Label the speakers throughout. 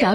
Speaker 1: 扰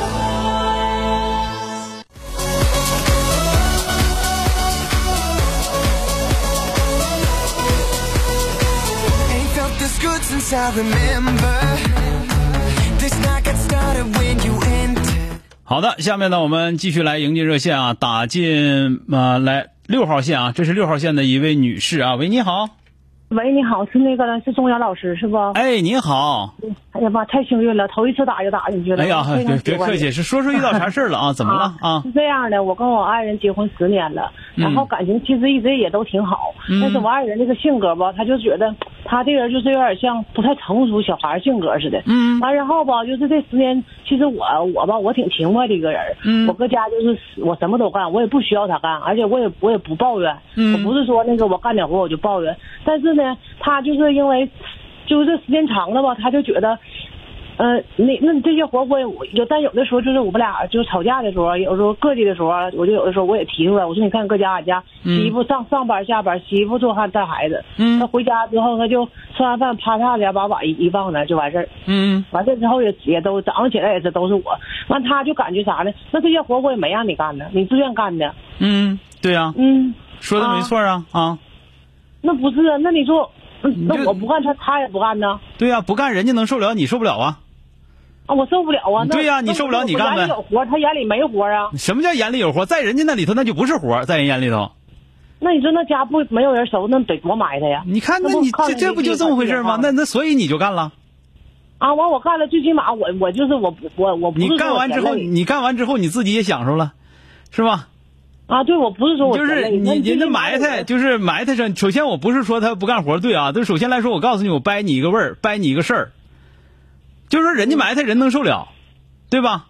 Speaker 2: Ain't felt this good since I remember. This night got started when you entered.
Speaker 3: 好的，下面呢，我们继续来迎接热线啊，打进呃来六号线啊，这是六号线的一位女士啊，喂，你好，
Speaker 4: 喂，你好，是那个是钟阳老师是不？
Speaker 3: 哎，你好，
Speaker 4: 哎呀妈，太幸运了，头一次打就打进去了。
Speaker 3: 哎呀，
Speaker 4: 非
Speaker 3: 别
Speaker 4: 常
Speaker 3: 别
Speaker 4: 喜欢
Speaker 3: 客气，是说说遇到啥事儿了啊？怎么了啊？嗯
Speaker 4: 是这样的，我跟我爱人结婚十年了，然后感情其实一直也都挺好，但是我爱人这个性格吧，他就觉得他这人就是有点像不太成熟小孩性格似的。
Speaker 3: 嗯
Speaker 4: 完然后吧，就是这十年，其实我我吧，我挺勤快的一个人，
Speaker 3: 嗯
Speaker 4: 我搁家就是我什么都干，我也不需要他干，而且我也我也不抱怨，
Speaker 3: 嗯
Speaker 4: 我不是说那个我干点活我就抱怨，但是呢，他就是因为就是这时间长了吧，他就觉得。呃，那那你这些活儿我也我有，但有的时候就是我们俩就是吵架的时候，有时候膈气的时候，啊我就有的时候我也提出来，我说你看搁家俺家洗衣服上上班下班，洗衣服做饭带孩子，
Speaker 3: 嗯
Speaker 4: 他回家之后他就吃完饭趴下去把碗一一放那儿就完事儿，
Speaker 3: 嗯
Speaker 4: 完事之后也也都早上起来也是都是我，完他就感觉啥呢？那这些活儿我也没让你干呢，你自愿干的。
Speaker 3: 嗯，对呀、
Speaker 4: 嗯，
Speaker 3: 说的没错啊啊，
Speaker 4: 那不是啊，那你说，嗯
Speaker 3: 你这
Speaker 4: 那我不干，他他也不干呢？
Speaker 3: 对呀、不干人家能受了，你受不了啊？
Speaker 4: 啊，我受不了啊！那
Speaker 3: 对呀你
Speaker 4: 那
Speaker 3: 受不了
Speaker 4: 我
Speaker 3: 你干呗
Speaker 4: 眼里有活儿，他眼里没活儿啊。
Speaker 3: 什么叫眼里有活？在人家那里头那就不是活，在人眼里头，
Speaker 4: 那你说那家不没有人收，那得多埋汰呀？
Speaker 3: 你看
Speaker 4: 那
Speaker 3: 那
Speaker 4: 不
Speaker 3: 你
Speaker 4: 靠
Speaker 3: 这
Speaker 4: 人
Speaker 3: 这
Speaker 4: 家
Speaker 3: 不就
Speaker 4: 地
Speaker 3: 这么
Speaker 4: 方
Speaker 3: 回事
Speaker 4: 地
Speaker 3: 吗？
Speaker 4: 方
Speaker 3: 那那所以你就干了，
Speaker 4: 啊，完我干了，最起码我我就是我不我我不是
Speaker 3: 你
Speaker 4: 说
Speaker 3: 干
Speaker 4: 我
Speaker 3: 完之
Speaker 4: 嫌
Speaker 3: 后，
Speaker 4: 累
Speaker 3: 你干完之后你自己也享受了，是吧？
Speaker 4: 啊，对我不是说我
Speaker 3: 就
Speaker 4: 嫌
Speaker 3: 是
Speaker 4: 累那
Speaker 3: 你
Speaker 4: 最
Speaker 3: 您的
Speaker 4: 起码
Speaker 3: 埋汰，
Speaker 4: 我
Speaker 3: 就是埋汰上。首先，我不是说他不干活，对啊，就首先来说，我告诉你，我掰你一个味儿，掰你一个事儿，就是说人家埋汰人能受了，对吧？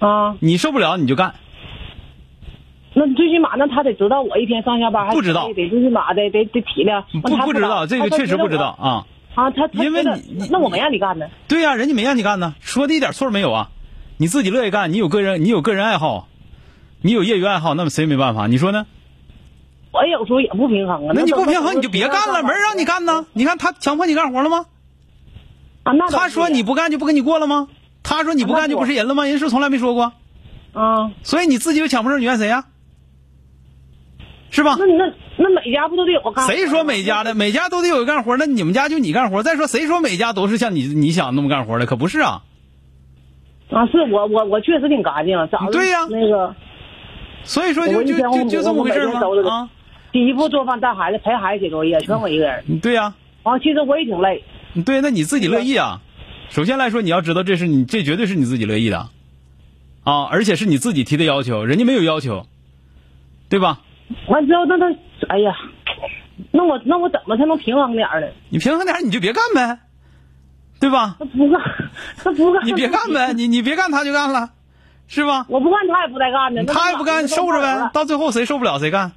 Speaker 4: 啊，
Speaker 3: 你受不了你就干，
Speaker 4: 那最起码那他得知道我一天上下班还
Speaker 3: 不知道
Speaker 4: 得得最起码得得得体谅。
Speaker 3: 不
Speaker 4: 他
Speaker 3: 不知道这个
Speaker 4: 他
Speaker 3: 确实不知
Speaker 4: 我
Speaker 3: 道啊。
Speaker 4: 啊，他他
Speaker 3: 因为
Speaker 4: 觉得
Speaker 3: 你你
Speaker 4: 那我没让你干呢，
Speaker 3: 对呀、人家没让你干呢，说的一点错没有啊。你自己乐意干，你有个人，你有个人爱好，你有业余爱好，那么谁也没办法？你说呢？
Speaker 4: 我有时候也不平衡啊。
Speaker 3: 那你
Speaker 4: 怎么
Speaker 3: 不平衡
Speaker 4: 能
Speaker 3: 你就别干了，没人让你干呢。你看他强迫你干活了吗？
Speaker 4: 啊。那倒
Speaker 3: 他
Speaker 4: 是
Speaker 3: 说你不干就不跟你过了吗？他说你不干就不是人了吗？人是从来没说过。
Speaker 4: 啊，
Speaker 3: 所以你自己有强迫症，你怨谁呀、是吧
Speaker 4: 那？那那每家不都得有个干活吗？
Speaker 3: 谁说每家的每家都得有干活？那你们家就你干活？再说谁说每家都是像你你想那么干活的？可不是啊！
Speaker 4: 啊？是我我我确实挺干净，啊早上
Speaker 3: 对呀
Speaker 4: 那个
Speaker 3: 所以说就
Speaker 4: 我
Speaker 3: 就
Speaker 4: 一天我
Speaker 3: 就就这么回事
Speaker 4: 我每天都
Speaker 3: 吗？
Speaker 4: 是
Speaker 3: 啊，
Speaker 4: 洗衣服、做饭、带孩子、陪孩子写作业，全我一个人。
Speaker 3: 对呀、
Speaker 4: 完、其实我也挺累。
Speaker 3: 对，那你自己乐意啊。首先来说，你要知道这是你这绝对是你自己乐意的，啊，而且是你自己提的要求，人家没有要求，对吧？
Speaker 4: 完之后，那他哎呀，那我那我怎么才能平衡点儿呢？
Speaker 3: 你平衡点儿你就别干呗，对吧？
Speaker 4: 那不干，那不干，
Speaker 3: 你别干呗，你你别干他就干了，是吧？
Speaker 4: 我不干，他也不带干呢。那
Speaker 3: 他也不干，
Speaker 4: 那
Speaker 3: 受着
Speaker 4: 那
Speaker 3: 呗。到最后谁受不了谁干，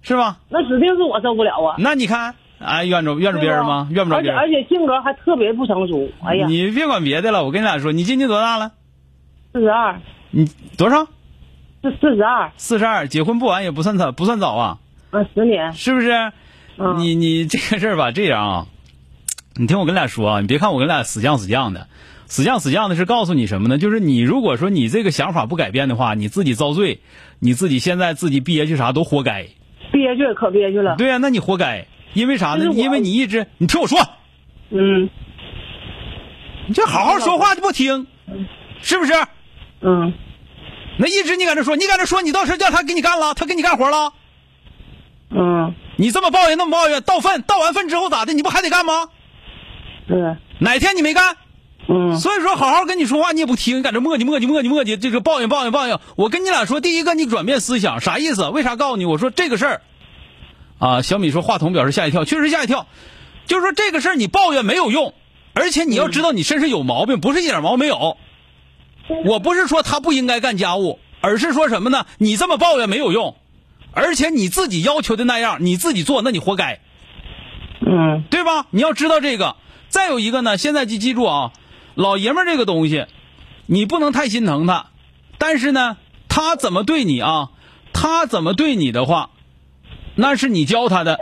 Speaker 3: 是吧？
Speaker 4: 那指定是我受不了啊。
Speaker 3: 那你看，哎，怨着怨着别人吗？怨不着
Speaker 4: 而且
Speaker 3: 别
Speaker 4: 而
Speaker 3: 人。
Speaker 4: 且性格还特别不成熟。哎呀，
Speaker 3: 你别管别的了，我跟你俩说，你今年多大了？
Speaker 4: 四十二，
Speaker 3: 你多少？
Speaker 4: 四四十二，
Speaker 3: 四十二，结婚不晚也不算早，不算早啊，
Speaker 4: 嗯，十年，
Speaker 3: 是不是？
Speaker 4: 嗯
Speaker 3: 你你这个事儿吧，这样啊，你听我跟你俩说啊，你别看我跟你俩死犟死犟的，死犟死犟的是告诉你什么呢？就是你如果说你这个想法不改变的话，你自己遭罪，你自己现在自己憋屈啥都活该。
Speaker 4: 憋屈可憋屈了。
Speaker 3: 对呀、那你活该，因为啥呢
Speaker 4: 就是？我
Speaker 3: 因为你一直，你听我说，
Speaker 4: 嗯
Speaker 3: 你这好好说话就不听，是不是？
Speaker 4: 嗯，
Speaker 3: 那一直你搁这说，你搁这说，你到时候叫他给你干了，他给你干活了，
Speaker 4: 嗯，
Speaker 3: 你这么抱怨那么抱怨，到份到完份之后咋的？你不还得干吗？
Speaker 4: 对，
Speaker 3: 哪天你没干，
Speaker 4: 嗯
Speaker 3: 所以说好好跟你说话你也不听，你搁这磨叽磨叽磨叽磨叽，这个抱怨抱怨抱怨。我跟你俩说，第一个你转变思想啥意思？为啥告诉你？我说这个事儿，啊，小米说话筒表示吓一跳，确实吓一跳，就是说这个事儿你抱怨没有用，而且你要知道你身上有毛病，不是一点毛病没有。我不是说他不应该干家务，而是说什么呢？你这么抱怨没有用，而且你自己要求的那样，你自己做，那你活该。
Speaker 4: 嗯
Speaker 3: 对吧？你要知道这个。再有一个呢，现在记记住啊，老爷们儿这个东西，你不能太心疼他，但是呢，他怎么对你啊，他怎么对你的话，那是你教他的，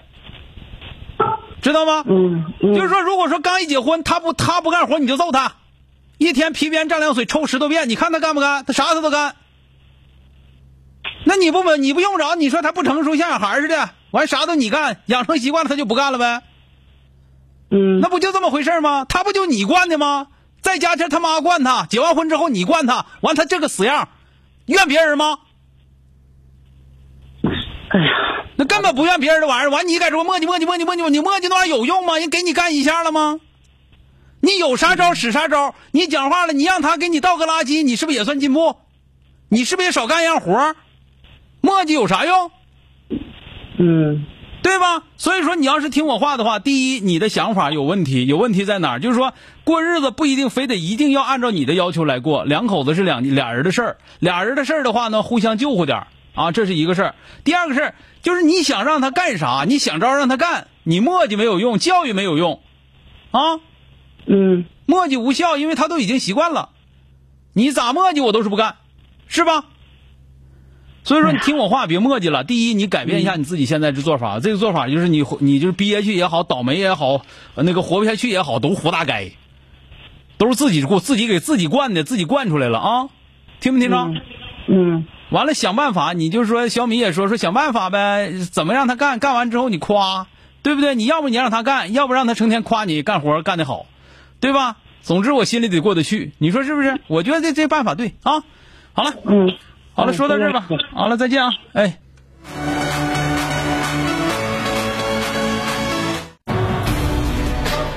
Speaker 3: 知道吗？
Speaker 4: 嗯嗯，
Speaker 3: 就是说，如果说刚一结婚，他不他不干活，你就揍他，一天皮鞭蘸凉水抽十多遍，你看他干不干？他啥他都干。那你不你不用着，你说他不成熟，像小孩似的，完啥都你干，养成习惯了他就不干了呗？
Speaker 4: 嗯，
Speaker 3: 那不就这么回事吗？他不就你惯的吗？在家前他妈惯他，结完婚之后你惯他，完他这个死样，怨别人吗？
Speaker 4: 哎呀，
Speaker 3: 那根本不怨别人的玩意儿，完你在这磨叽磨叽磨叽磨叽，你磨叽那玩意儿有用吗？人给你干一下了吗？你有啥招使啥招，你讲话了，你让他给你倒个垃圾，你是不是也算进步？你是不是也少干一样活儿？磨叽有啥用？
Speaker 4: 嗯
Speaker 3: 对吧？所以说，你要是听我话的话，第一，你的想法有问题，有问题在哪儿？就是说，过日子不一定非得一定要按照你的要求来过。两口子是两俩人的事儿，俩人的事儿的话呢，互相救护点儿啊，这是一个事儿。第二个事儿就是你想让他干啥，你想招让他干，你磨叽没有用，教育没有用，啊，
Speaker 4: 嗯
Speaker 3: 磨叽无效，因为他都已经习惯了。你咋磨叽我都是不干，是吧？所以说你听我话，别磨叽了。第一，你改变一下你自己现在这做法，这个做法就是你你就是憋屈也好，倒霉也好，呃那个活不下去也好，都活大该，都是自己给自己给自己惯的，自己惯出来了啊，听没听着？
Speaker 4: 嗯
Speaker 3: 完了想办法，你就说小米也说说想办法呗，怎么让他干？干完之后你夸，对不对？你要不你让他干，要不让他成天夸你干活干得好，对吧？总之我心里得过得去，你说是不是？我觉得这这办法对啊。好了，
Speaker 4: 嗯，
Speaker 3: 好了，说到这儿吧
Speaker 4: 嗯。
Speaker 3: 好了，再见啊，哎。